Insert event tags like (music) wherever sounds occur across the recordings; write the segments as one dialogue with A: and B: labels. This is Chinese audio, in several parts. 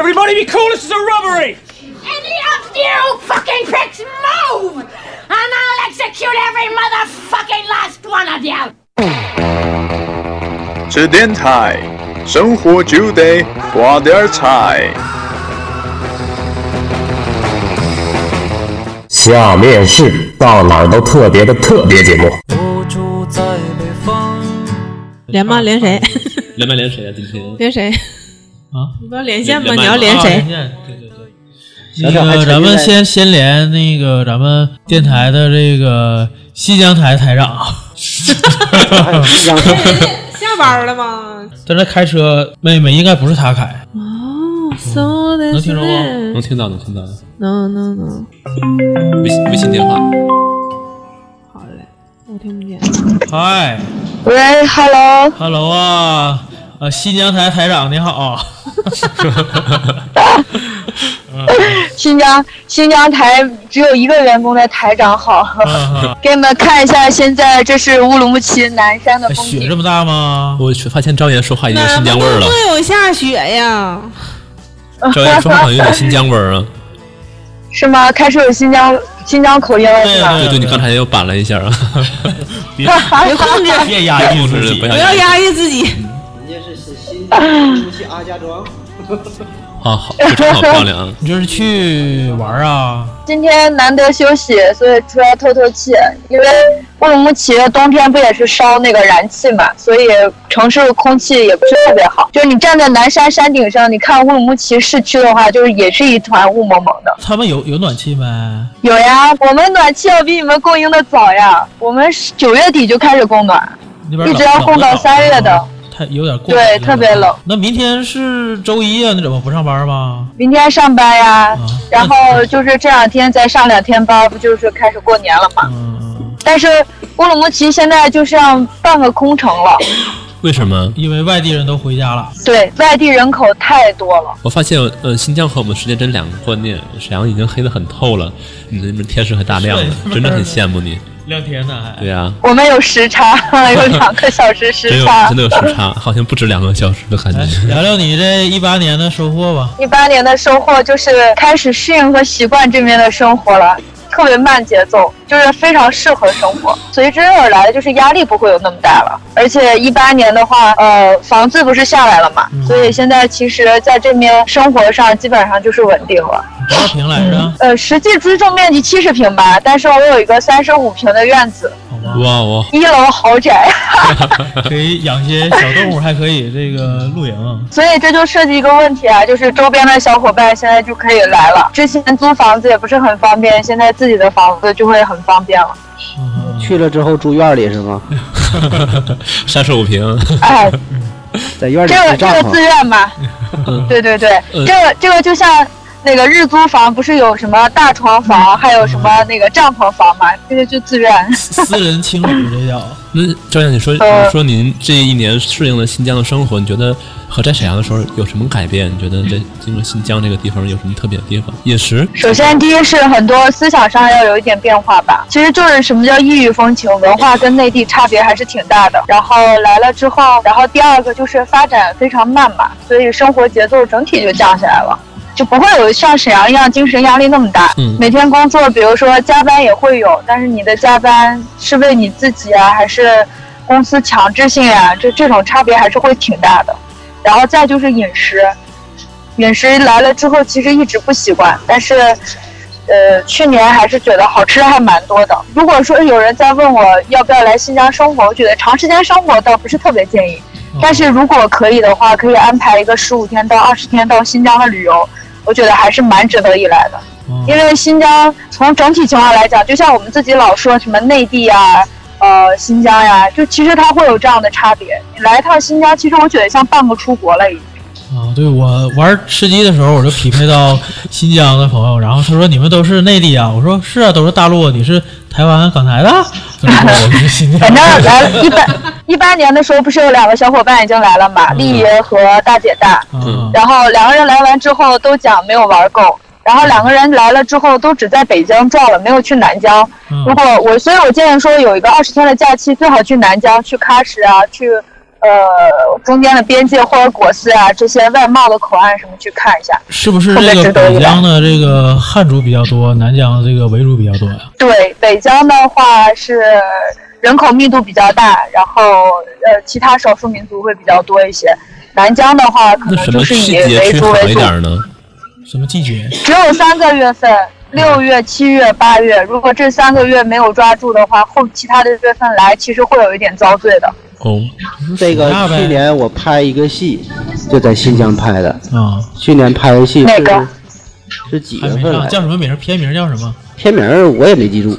A: Everybody be cool, this is a robbery!
B: Any of you fucking pricks move! And I'll execute every motherfucking last one of you!
C: 吃点菜，生活就得花点菜。
D: 下面是到哪儿都特别的特别节目，
E: 我住在北方，
F: 啊
G: (laughs) 连吗？连谁？
F: 连麦连谁啊？今天
G: 连谁？
F: 啊，
G: 你不要连线吗？
F: 连连麦
G: 你要连
F: 吗
G: 谁？
F: 啊对对对。那个，咱们先先连那个咱们电台的这个西江台台长，
H: (laughs)
G: 下班了吗？
F: 在那开车，妹妹应该不是他开，
G: 哦，so 的
F: 能听着吗
H: 能听到，能听到。
G: 能能能，
H: 微信微信电话，
G: 好嘞，我听不见。
F: 嗨
I: 喂，Hello，
F: ，Hello 啊，呃，西江台台长你好
H: (laughs)
F: 啊，
I: 新疆新疆台只有一个员工的台长好，
F: 啊
I: 给你们看一下，现在这是乌鲁木齐南山的风
F: 哎雪
I: 景。
F: 这么大吗？
H: 我去发现张岩说话有点新
G: 怎
H: 疆味儿
G: 么
H: 了，
G: 会有下雪呀？
H: 张岩说话好像有点新疆味
I: (laughs)
H: 儿啊。
I: 是吗？开始有新疆新疆口音了是吧？
H: 对对，你刚才又板了一下啊，
F: 别
I: 啊
F: 别压抑
H: 控
F: 自
H: 制
F: 己
H: 不，
G: 不
H: 要
G: 要
H: 压抑
G: 压抑自己。
H: 啊，好，这真好漂亮
D: (laughs)
H: 啊！
F: 你这是去玩儿啊？
I: (laughs) 今天难得休息，所以出来透透气。因为乌鲁木齐冬天不也是烧那个燃气嘛，所以城市空气也不是特别好。就是你站在南山山顶上，你看乌鲁木齐市区的话，就是也是一团雾蒙蒙的。
F: 他们有有暖气没？
I: 有呀，我们暖气要比你们供应的早呀，我们是九月底就开始供暖。
F: 那边
I: 一直要
F: 冷
I: 供到
F: 冷
I: 三
F: 冷
I: 月的
F: 冷太有点过，
I: 对特别冷。
F: 那明天是周一啊，你怎么不上班吗？
I: 明天上班呀，
F: 啊
I: 然后就是这两天再上两天班，不就是开始过年了吗？
F: 嗯，
I: 但是乌鲁木齐现在就像半个空
H: (laughs)
I: 城了，
H: 为什么？
F: 因为外地人都回家了。
I: 对外地人口太多了。
H: 我发现，呃，新疆和我们时间真两个观念。沈阳已经黑得很透了，你那边天是很大亮的，
F: 是
H: 真的很羡慕你。
F: 两天呢还
H: 对啊呀、
I: 我们有
H: (laughs)
I: 时差，有两个小时
H: 真
I: 时
H: 有
I: 差
H: 真。的有时差，好像不止两个小时的感
F: 来
H: 觉。
F: 聊聊你这一八年的收获吧。
I: 一八年的收获就是开始适应和习惯这边的生活了，特别慢节奏，就是非常适合生活。随之而来的就是压力不会有那么大了，而且一八年的话，呃，房子不是下来了嘛，
F: 嗯
I: 所以现在其实在这边生活上基本上就是稳定了。
F: 多少平来着？啊
I: 呃，实际居住面积七十平吧，但是我有一个三十五平的院子，
F: 好吗？
H: (laughs) 哇哦
I: (laughs)
H: 哇，
I: 一楼豪宅，嗯
F: 可以养些小动物，还可以这个露营。
I: 所以这就涉及一个问题啊，就是周边的小伙伴现在就可以来了。之前租房子也不是很方便，现在自己的房子就会很方便了。
F: 嗯
J: 去了之后住院里是吗？
H: 三十五平， (laughs)
I: 哎，
J: 在院里
I: 这个
J: 支
I: 这
J: 帐
I: 个
E: 啊
J: 篷
I: 自，愿吧，对对对，
H: 嗯
I: 这个这个就像那个日租房，不是有什么大床房，还有什么那个帐篷房嘛？这个就自愿。
F: 私人青旅这叫。
H: 那赵亮，你说
I: 呃
H: 你说您这一年适应了新疆的生活，你觉得和在沈阳的时候有什么改变？你觉得在进入新疆这个地方有什么特别的地方？饮食
I: 首先，第一是很多思想上要有一点变化吧，其实就是什么叫异域风情，文化跟内地差别还是挺大的。然后来了之后，然后第二个就是发展非常慢吧，所以生活节奏整体就降下来了。就不会有像沈阳一样精神压力那么大。
H: 嗯
I: 每天工作，比如说加班也会有，但是你的加班是为你自己啊，还是公司强制性呀、这这种差别还是会挺大的。然后再就是饮食，饮食来了之后其实一直不习惯，但是。呃，去年还是觉得好吃还蛮多的。如果说有人在问我要不要来新疆生活，我觉得长时间生活倒不是特别建议，但是如果可以的话，可以安排一个十五天到二十天到新疆的旅游，我觉得还是蛮值得一来的。
F: 嗯
I: 因为新疆从整体情况来讲，就像我们自己老说什么内地呀、呃新疆呀、就其实它会有这样的差别。你来一趟新疆，其实我觉得像半个出国了已经。
F: 啊，对我玩吃鸡的时候，我就匹配到新疆的朋友，然后他说你们都是内地啊，我说是啊，都是大陆，你是台湾港台的，他就说我们是新疆
I: (laughs) 反
F: (laughs)
I: 正
F: 的。啊
I: 来了一八一八年的时候，不是有两个小伙伴已经来了嘛，丽爷和大姐大。
F: 嗯，
I: 然后两个人来完之后都讲没有玩够，然后两个人来了之后都只在北疆转了，没有去南疆。
F: 嗯
I: 如果我，所以我建议说有一个二十天的假期，最好去南疆、去喀什啊、去呃中间的边界或者果寺啊这些外贸的口岸什么去看一下。
F: 是不是这个北疆的这个汉族比较多，南疆这个维族比较多呀？
I: 对，北疆的话是人口密度比较大，然后呃其他少数民族会比较多一些。南疆的话，可
H: 那
I: 能
H: 什
I: 就
H: 么
I: 是
H: 季
I: 以
H: 节
I: 维
H: 去
I: 族
H: 好
I: 为
H: 一
I: 主，
H: 点呢？
F: 什么季节？
I: 只有三个月份，六月、七月、八月。如果这三个月没有抓住的话，后其他的月份来，其实会有一点遭罪的。
H: 哦，
E: 这个
F: 暑假呗
E: 去年我拍一个戏，就在新疆拍的。
F: 啊，
E: 去年拍的戏
I: 哪
E: 是
I: 个
E: 是几
F: 还
E: 月
F: 没
E: 份
F: 上，
E: 来
F: 叫
E: 着？
F: 什么名儿？片名叫什么？
E: 片名儿我也
F: (laughs)
E: 没记住，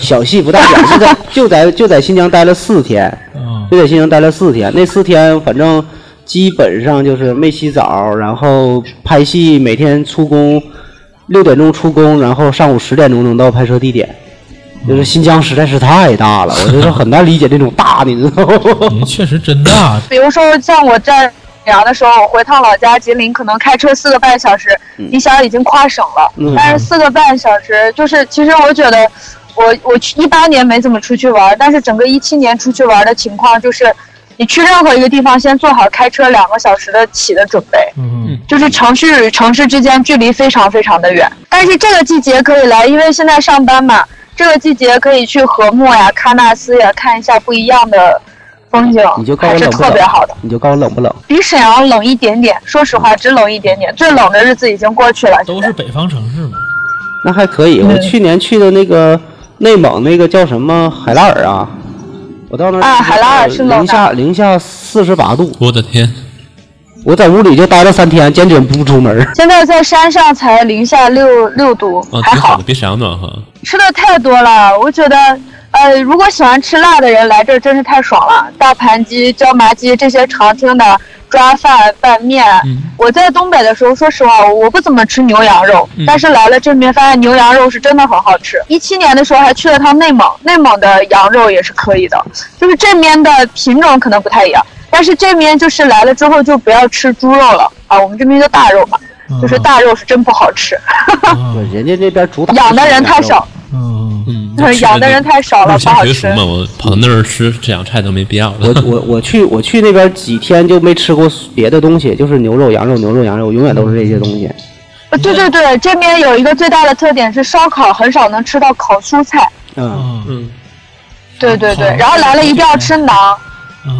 E: 小戏不大讲，就在就在就在新疆待了四天。
F: 啊，
E: 就在新疆待了四天，那四天反正基本上就是没洗澡，然后拍戏，每天出工六点钟出工，然后上午十点钟能到拍摄地点。就是新疆实在是太大了，我就是很难理解这种大，你知道吗？
F: 也确实真大，
I: 比如说像我在沈阳的时候，我回趟老家吉林，可能开车四个半小时，你想已经跨省了，
E: 嗯
I: 但是四个半小时就是，其实我觉得我我去一八年没怎么出去玩，但是整个一七年出去玩的情况就是，你去任何一个地方先做好开车两个小时的起的准备。
F: 嗯，
I: 就是城市与城市之间距离非常非常的远。但是这个季节可以来，因为现在上班嘛，这个季节可以去禾木呀、喀纳斯呀看一下不一样的风景，
E: 你就告诉
I: 啊还
E: 我
I: 是
E: 冷不
I: 特
E: 冷
I: 别好的。？
E: 你就告诉我冷不冷？
I: 比沈阳冷一点点，说实话，只冷一点点。最冷的日子已经过去了，
F: 都是北方城市嘛。
E: 那还可以。我
I: 嗯
E: 去年去的那个内蒙那个叫什么海拉尔啊，我到那儿
I: 啊海拉尔是冷的
E: 零下零下四十八度，
H: 我的天，
E: 我在屋里就待了三天，坚决不出门儿。
I: 现在在山上才零下六六度，
H: 啊，
I: 还
H: 挺好
I: 好
H: 的，。比沈阳暖和。
I: 吃的太多了，我觉得，呃，如果喜欢吃辣的人来这儿真是太爽了。大盘鸡、椒麻鸡这些常听的抓饭、拌面。我在东北的时候，说实话，我不怎么吃牛羊肉，但是来了这边发现牛羊肉是真的很好吃。一七年的时候还去了趟内蒙，内蒙的羊肉也是可以的，就是这边的品种可能不太一样，但是这边就是来了之后就不要吃猪肉了啊，我们这边叫大肉嘛，就是
F: 嗯
I: 大肉是真不好吃，
E: 对，
F: 嗯
E: (laughs) 人家这边主打
I: 养的人太少。
F: 嗯嗯，
I: (laughs)
H: 嗯，
I: 养的人太少了，
H: 入
I: 不
H: 乡
I: 好
H: 随俗
I: 吃。
H: 嘛，我跑到那儿吃这两菜都没必要
E: 我
H: 了。
E: 我我去我去那边几天就没吃过别的东西，就是牛肉、羊肉、牛肉、羊肉，永远都是这些东西。
I: 呃对对对，这边有一个最大的特点是烧烤很少能吃到烤蔬菜。
E: 嗯，
F: 嗯
H: 嗯，
I: 对对对
F: 烤，
I: 然后来了一定要吃馕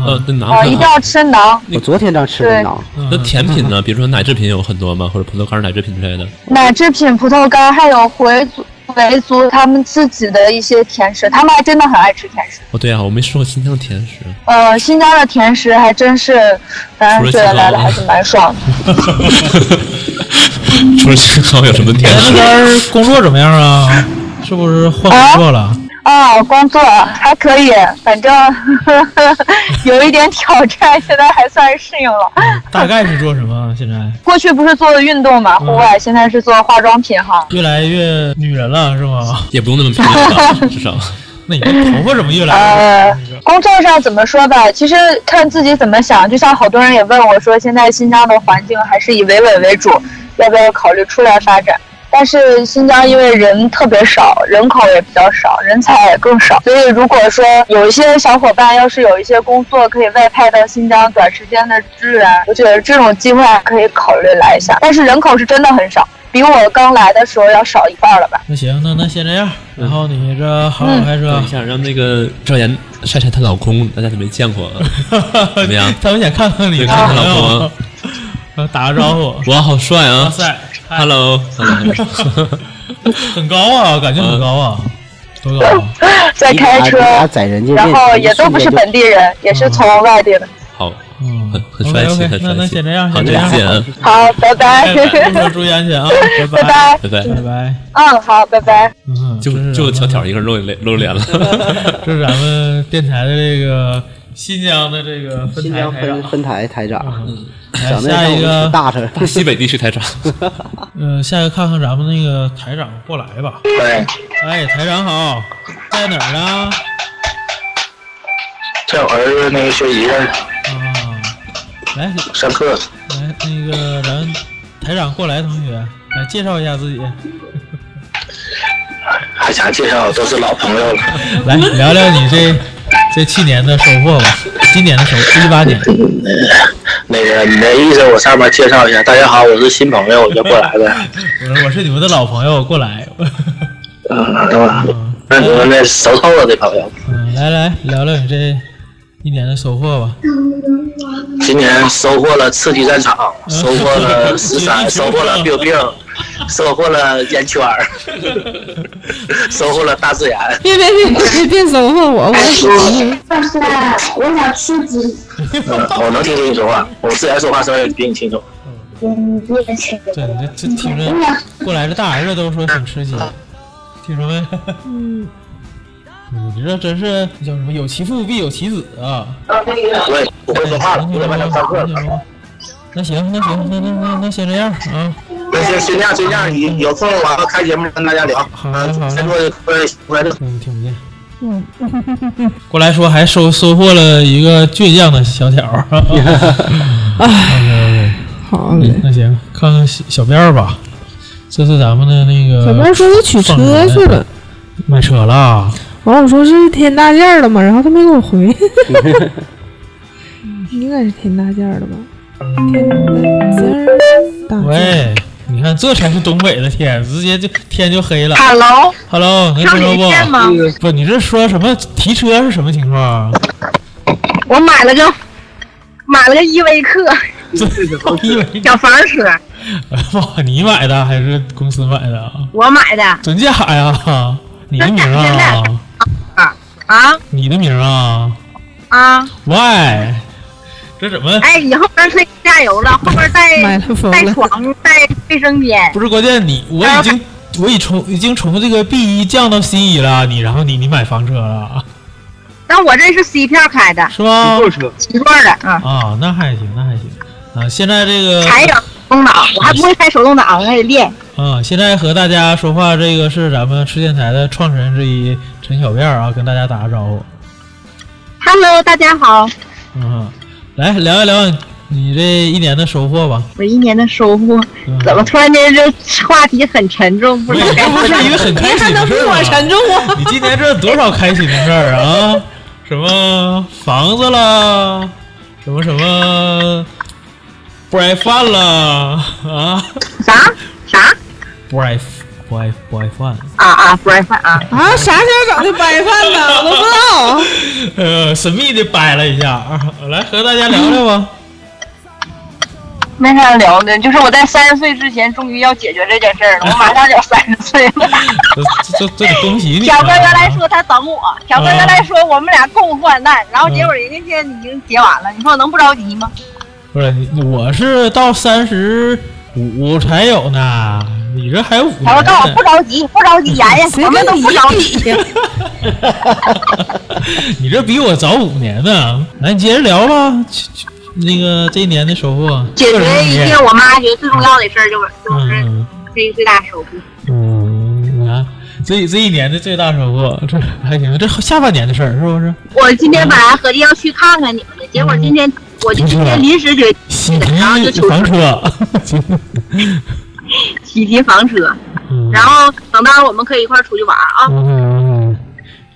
H: 呃
F: 嗯，
H: 那
I: 啊，
H: 馕
I: 一
H: 粉
I: 定要吃馕。
E: 我昨天刚吃的馕，
H: 那
F: 嗯
H: 甜品呢？比如说奶制品有很多吗？或者葡萄干奶制品之类的？
I: 奶制品、葡萄干，还有回族维族他们自己的一些甜食，他们还真的很爱吃甜食。
H: 哦，对啊，我没吃过新疆甜食。
I: 呃，新疆的甜食还真是，反正觉得来了还是蛮爽的。
H: 除了新疆有什么甜
F: 哎那
H: 食？
F: 边儿工作怎么样啊？是不是换工作了？
I: 啊，工作还可以，反正 (laughs) 有一点挑战，现在还算是适应了。
F: 大概是做什么？啊现在
I: 过去不是做运动嘛，户外，现在是做化妆品哈。
F: 越来越女人了是吗？
H: 也不用那
F: (laughs)
H: 么便宜吧，至少。
F: 那你这头发怎么越来
E: 哎
I: 呃
F: 越？那个，
I: 工作上怎么说吧，其实看自己怎么想。就像好多人也问我说，现在新疆的环境还是以维稳为主，要不要考虑出来发展？但是新疆因为人特别少，人口也比较少，人才也更少，所以如果说有一些小伙伴要是有一些工作可以外派到新疆短时间的支援，我觉得这种机会还可以考虑来一下。但是人口是真的很少，比我刚来的时候要少一半了吧。
F: 那行，那那先这样。
H: 嗯
F: 然后你这好好开车？
H: 等一，下，让那个赵岩晒晒她老公，大家都没见过，啊嗯怎么样
F: (laughs) 他们想看看你，
H: 对，看看她老公啊，
F: 公， (laughs) 打个招呼。
H: 哇，好帅
F: 哇
H: 啊
F: 塞
H: ！Hello，
F: 很高啊，感觉很高啊，
H: 嗯
F: 多高啊？
I: 在开车，
E: 在人家面
I: 然
E: 前，
I: 后也都不是
E: 瞬间
I: 本地人，也是从外地的。
H: 好，(laughs)
F: 嗯
H: 很很帅气，
F: ，OK，OK，
H: 很
F: 那那
H: 帅气
F: 先这样，。
H: 好，
F: 先这
H: 再
F: 样。
H: 见啊，
I: 好，拜拜，
F: 拜拜，注意
H: (laughs)
F: 安全啊，拜拜，
I: 拜
H: 拜
I: 拜。
H: 拜。
F: 拜拜。
I: 嗯，好，拜拜。
F: 嗯，
H: 就
F: 这是
H: 就
F: 咱
H: 小挑
F: 们
H: 一个人露脸露脸了，
F: (laughs) 这是咱们电台的这个新疆的这个分
E: 新
F: 台
E: 疆
F: 台长啊
E: 分。分台台长，
F: 来
E: 长得
F: 下
E: 像
F: 一
E: 我们是
F: 个，
E: 大臣，
H: 大西北地区台长，
F: 呃，下一个看看咱们那个台长过来吧。
K: 喂，
F: 哎，台长好，在哪儿呢？
K: 在我儿子那个学习上
F: 啊，来
K: 上课，
F: 来，那个咱们台长过来，同学来介绍一下自己，
K: 还想介绍，都是老朋友了。
F: 来聊聊你这这去年的收获吧。今年的首一八年，
K: 那个你的意思，我上面介绍一下。大家好，我是新朋友，我就过来的。
F: 我说我是你们的老朋友，过来，
K: 嗯，那你们那熟透了，这朋友。
F: (laughs) 嗯，来来聊聊你这一年的收获吧。
K: 今年收获了刺激战场，收获了十三，收获了 biu biu，收获了烟圈儿，收获了大自然。
G: 别别别别别收获我，我
L: 就是我想吃鸡，
K: 嗯，我能听清你说话，我自然说话声音比你清楚。
L: 嗯，你也吃。
F: (laughs) 对，你这这听
G: 哎
F: 着，过来这大儿子都说想吃鸡，
K: 啊
F: 听说没？ (laughs) 嗯
G: 嗯，
F: 你这真是叫什么？有其父必有其子啊！哎
K: 对，我会说话了，我得晚上上课了。
F: 那行，那行，那那那那先这样啊。
K: 那行，先这样，先这样，有有空完了开节目跟大家聊。
F: 好嘞，好嘞。
K: 先说呃，快乐。
F: 嗯，听不见。
G: 嗯 (laughs)
F: 过来说还收收获了一个倔强的小条
K: (laughs)
F: 儿。哎，
G: 好
F: 嘞，那行，看看小小辫儿吧。这是咱们的那个
G: 小辫儿说他取车去了，
F: 买车了。啊
G: 完我说是添大件儿了吗？然后他没给我回，应该是添大件儿了吧？添大件儿，大件儿
F: 喂，你看这才是东北的天，直接就天就黑了。
I: Hello
F: Hello，能听着
I: 上你线吗
F: 不？不，你这说什么提车是什么情
I: (laughs)
F: 况？
I: 我买了个买了个依维 (laughs) 柯
F: (laughs)
I: 小房车，
F: 哇，你买的还是公司买的啊？
I: 我买的
F: 真假呀？
I: (laughs)
F: 你的名啊？
I: 啊
F: 你的名啊？
I: 啊！
F: 喂，这怎么？
I: 哎，以后边可以加油了，后边带带床、带卫生间。
F: 不是关键你，我
I: 哎
F: 已经我已从已经从这个 B 一降到 C 一了，你然后你你买房车了
I: 但我这是 C 票开的，
F: 是吗？
I: 七座的，嗯，
F: 啊？那还行，那还行啊。现在这个
I: 还有手动挡，我还不会开手动挡，我还得练。
F: 啊，现在和大家说话这个是咱们吃电台的创始人之一陈小辫儿啊，跟大家打个招呼。
I: Hello，大家好，
F: 嗯，来聊一聊你这一年的收获吧。
I: 我一年的收获，
F: 嗯
I: 怎么突然间这话题很沉重，不知道该
F: 不
I: 说
F: 是
I: 啥
F: 一个很开心的事儿吗？你今年这多少开心的事儿啊？什么房子啦，什么什么 (laughs) 不爱饭啦啊？
I: 啥啥
F: 不爱不爱不爱饭？
I: 啊啊，不爱饭啊
G: 啊！啥时候整的白饭呢？我都不知道。
F: 呃，神秘的掰了一下，啊来和大家聊聊吧。
I: 没啥聊的，就是我在三十岁之前终于要解决这件事儿
F: (laughs)
I: 了，我马上就要三十岁了。
F: 这这这得恭喜你啊！
I: 小哥原来说他等我，小哥
F: 啊
I: 原来说我们俩共患难，然后
F: 嗯
I: 结果人家现在已经结完了，你说我能不着急吗？
F: 不是，你我是到三十五才有呢，你这还有五
I: 小哥
F: 年
I: 告诉
F: 呢
I: 我不着急，不
F: 嗯
I: 着急，妍妍，
G: 谁
I: 我们
G: 跟
I: 都
G: 你
I: 不着急。
F: (laughs) 你这比我早五年呢。来，你接着聊吧。去去那个这一年的收获，
I: 解决一件我妈觉得最重要的事儿，就是就是
F: 嗯
I: 这个最大收获。
F: 嗯啊，这这一年的最大收获，这还行，这下半年的事儿是不是？
I: 我今天本来合计要去看看你们的，结果今天我就今天临时决
F: 嗯喜
I: 定的，然后就
F: 提
I: 出
F: 房车，
I: (laughs) 喜提房车，
F: 嗯
I: 然后等到我们可以一块儿出去玩儿啊。
F: 嗯，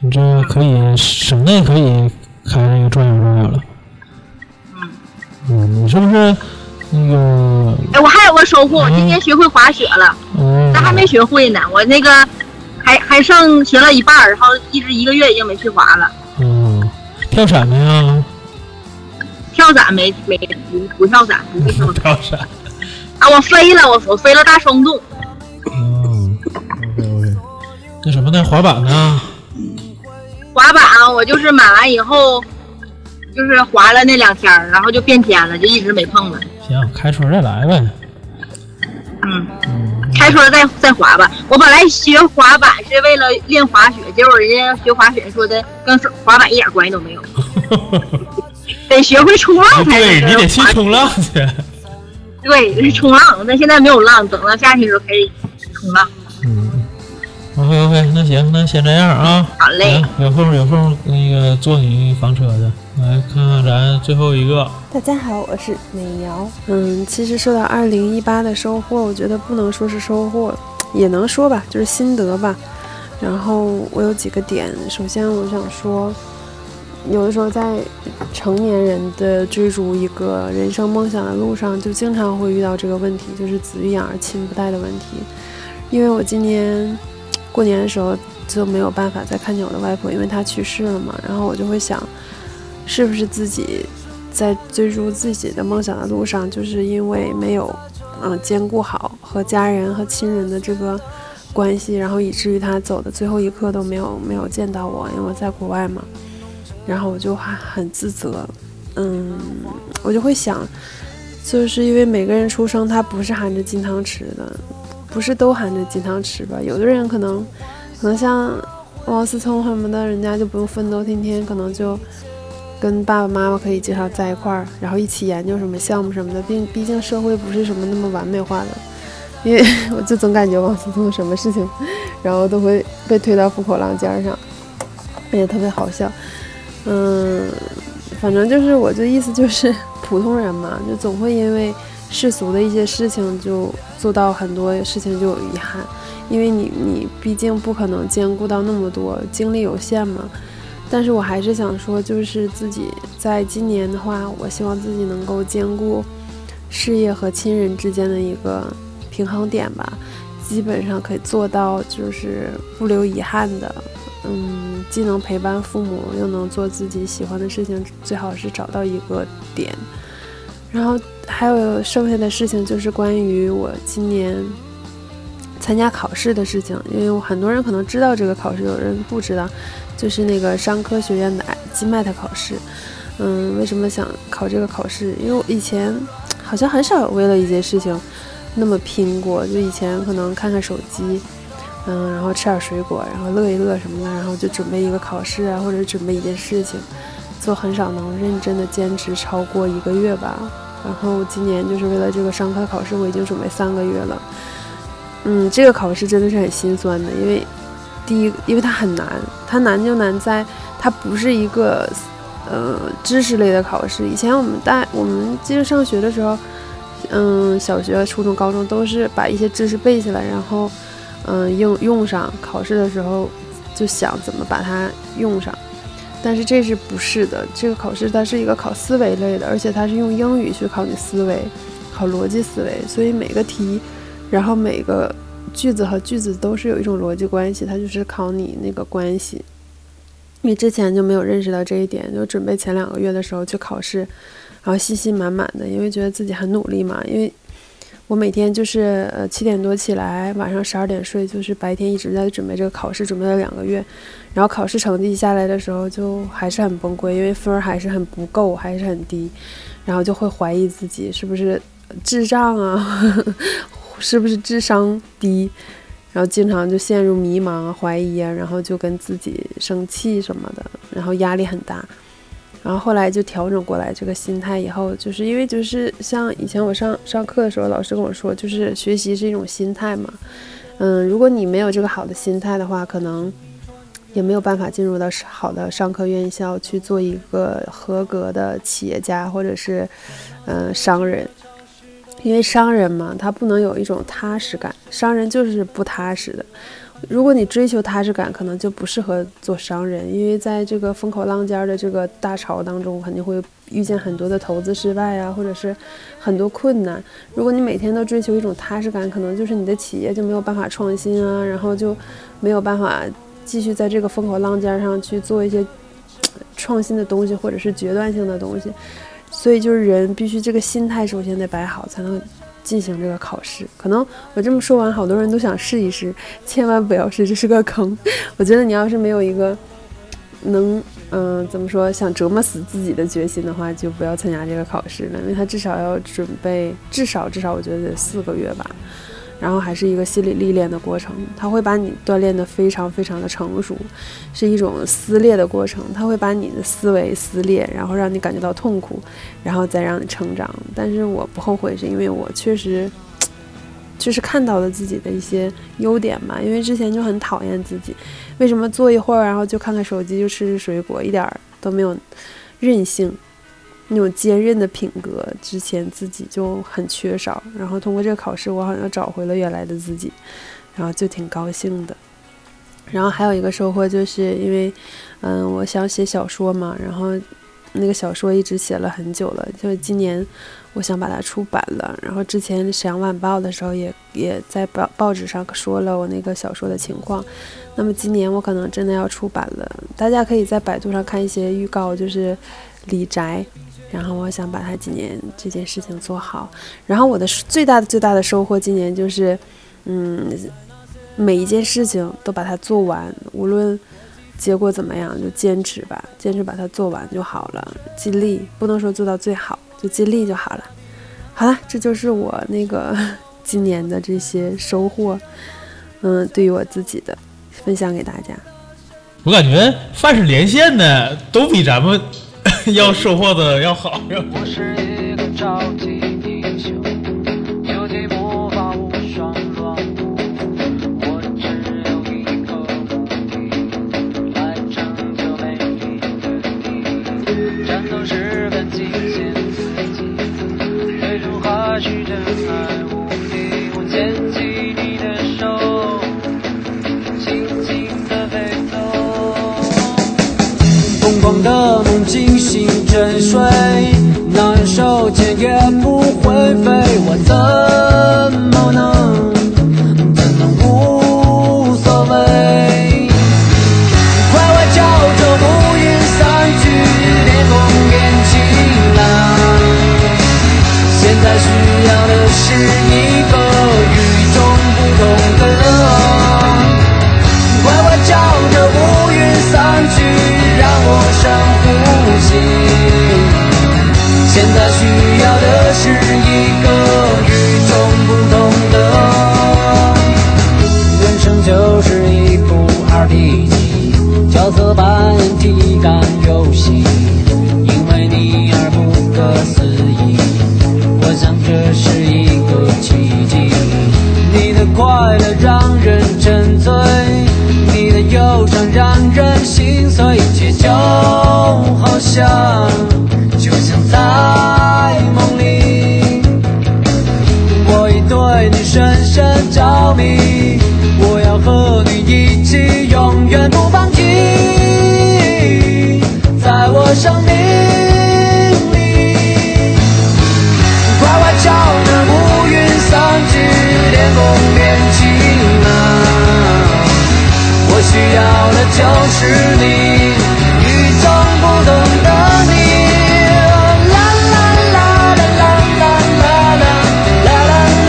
F: 你这可以省内可以开那个转悠转悠了。嗯，你是不是那个？
I: 哎，我还有个收获，我今天学会滑雪了，
F: 嗯，
I: 但还没学会呢，我那个还还剩学了一半儿，然后一直一个月已经没去滑了。
F: 嗯，跳伞没有？
I: 跳伞没没不不跳伞，不会跳
F: (laughs)
I: 伞
F: 跳伞。
I: 啊！我飞了，我我飞了大双洞，
F: 嗯，OK OK。那什么呢？滑板呢？
I: 滑板啊我就是买完以后，就是滑了那两天儿，然后就变天了，就一直没碰了。
F: 行，开春再来呗。
I: 嗯，开春再再滑吧。我本来学滑板是为了练滑雪，结果人家学滑雪说的跟滑板一点关系
F: (laughs)
I: 都没有，得学会冲浪才
F: 哎对
I: 能。
F: 你得去冲浪去。
I: 对，冲浪，但现在没有浪，等到夏天的时候可以冲浪。
F: 嗯，OK OK，那行，那先这样啊。
I: 好嘞
F: 行，有空有空那个坐你房车去，来看看咱最后一个。
M: 大家好，我是美瑶。嗯，其实说到二零一八的收获，我觉得不能说是收获，也能说吧，就是心得吧。然后我有几个点，首先我想说，有的时候在成年人的追逐一个人生梦想的路上，就经常会遇到这个问题，就是子欲养而亲不待的问题。因为我今年过年的时候就没有办法再看见我的外婆，因为她去世了嘛。然后我就会想，是不是自己在追逐自己的梦想的路上，就是因为没有嗯、呃兼顾好和家人和亲人的这个关系，然后以至于他走的最后一刻都没有没有见到我，因为我在国外嘛。然后我就还很自责，嗯，我就会想，就是因为每个人出生他不是含着金汤匙的，不是都含着金汤匙吧？有的人可能，可能像王思聪什么的，人家就不用奋斗，天天可能就跟爸爸妈妈可以经常在一块儿，然后一起研究什么项目什么的。毕毕竟社会不是什么那么完美化的，因为我就总感觉王思聪什么事情， (laughs) 然后都会被推到风口浪尖儿上，而且特别好笑。嗯，反正就是我的意思就是 (laughs) 普通人嘛，就总会因为世俗的一些事情就做到很多事情就有遗憾，因为你你毕竟不可能兼顾到那么多，精力有限嘛。但是我还是想说，就是自己在今年的话，我希望自己能够兼顾事业和亲人之间的一个平衡点吧，基本上可以做到就是不留遗憾的。嗯，既能陪伴父母，又能做自己喜欢的事情，最好是找到一个点。然后还有剩下的事情就是关于我今年参加考试的事情，因为我很多人可能知道这个考试，有人不知道，就是那个商科学院的 GMAT 考试。嗯，为什么想考这个考试？因为我以前好像很少为了一件事情那么拼过，就以前可能看看手机。嗯，然后吃点水果，然后乐一乐什么的，然后就准备一个考试啊，或者准备一件事情，就很少能认真的坚持超过一个月吧。然后今年就是为了这个商科考试，我已经准备三个月了。嗯，这个考试真的是很心酸的，因为第一，因为它很难，它难就难在它不是一个呃知识类的考试。以前我们大我们记得上学的时候，嗯，小学、初中、高中都是把一些知识背下来，然后。嗯，应用上考试的时候就想怎么把它用上，但是这是不是的？这个考试它是一个考思维类的，而且它是用英语去考你思维，考逻辑思维，所以每个题，然后每个句子和句子都是有一种逻辑关系，它就是考你那个关系。因为之前就没有认识到这一点，就准备前两个月的时候去考试，然后信心满满的，因为觉得自己很努力嘛，因为。我每天就是呃七点多起来，晚上十二点睡，就是白天一直在准备这个考试，准备了两个月，然后考试成绩下来的时候就还是很崩溃，因为分儿还是很不够，还是很低，然后就会怀疑自己是不是智障啊， (laughs) 是不是智商低，然后经常就陷入迷茫啊、怀疑啊，然后就跟自己生气什么的，然后压力很大。然后后来就调整过来这个心态以后，就是因为就是像以前我上上课的时候，老师跟我说，就是学习是一种心态嘛。嗯，如果你没有这个好的心态的话，可能也没有办法进入到好的商科院校去做一个合格的企业家或者是嗯、呃商人。因为商人嘛，他不能有一种踏实感，商人就是不踏实的。如果你追求踏实感，可能就不适合做商人，因为在这个风口浪尖儿的这个大潮当中，肯定会遇见很多的投资失败啊，或者是很多困难。如果你每天都追求一种踏实感，可能就是你的企业就没有办法创新啊，然后就没有办法继续在这个风口浪尖儿上去做一些创新的东西，或者是决断性的东西。所以就是人必须这个心态首先得摆好，才能进行这个考试。可能我这么说完，好多人都想试一试，千万不要试，这是个坑。 (laughs) 我觉得你要是没有一个能，嗯、怎么说，想折磨死自己的决心的话，就不要参加这个考试了，因为他至少要准备，至少至少我觉得得四个月吧。然后还是一个心理历练的过程，它会把你锻炼得非常非常的成熟，是一种撕裂的过程，它会把你的思维撕裂，然后让你感觉到痛苦，然后再让你成长。但是我不后悔，是因为我确实，就是看到了自己的一些优点吧。因为之前就很讨厌自己，为什么坐一会儿，然后就看看手机，就吃吃水果，一点儿都没有韧性。那种坚韧的品格，之前自己就很缺少。然后通过这个考试，我好像找回了原来的自己，然后就挺高兴的。然后还有一个收获，就是因为，嗯，我想写小说嘛，然后那个小说一直写了很久了，就是今年我想把它出版了。然后之前沈阳晚报的时候也也在报报纸上说了我那个小说的情况。那么今年我可能真的要出版了，大家可以在百度上看一些预告，就是李宅。然后我想把它今年这件事情做好。然后我的最大的最大的收获今年就是，嗯，每一件事情都把它做完，无论结果怎么样，就坚持吧，坚持把它做完就好了，尽力，不能说做到最好，就尽力就好了。好了，这就是我那个 (laughs) 今年的这些收获，嗯，对于我自己的分享给大家。
F: 我感觉凡是连线的都比咱们 (laughs) 要收获的要好。
E: 战斗十分激进，最终还是真爱无敌。我牵起你的手，轻轻地飞走。疯狂的梦惊醒沉睡，难受却也不会飞。我怎么能，怎能无所谓？快活叫做乌云散去，天空变晴朗。现在需要的是一个与众不同的我。快活叫着乌云散去，让我深呼吸。现在需要的是一个与众不同的我。人生就是一部二 D 机，角色扮演体感游戏，因为你而不可思议。我想这是一个奇迹，你的快乐让人沉醉，你的忧伤让人心碎，却就好像，就像在梦里。我已对你深深着迷，我要和你一起，永远不放弃。在我生命里，快快叫着乌云散去，天空变晴朗。我需要的就是你，与众不同的你。啦啦啦啦啦啦啦啦。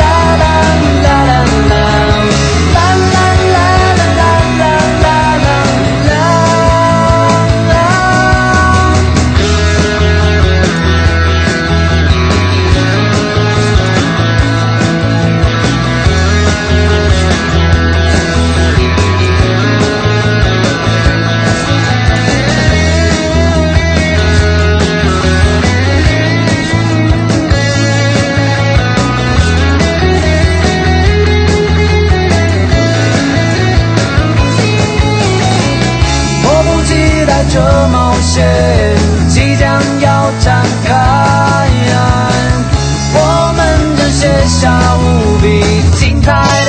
E: 迫不及待这冒险即将要展开，啊我们正写下无比精彩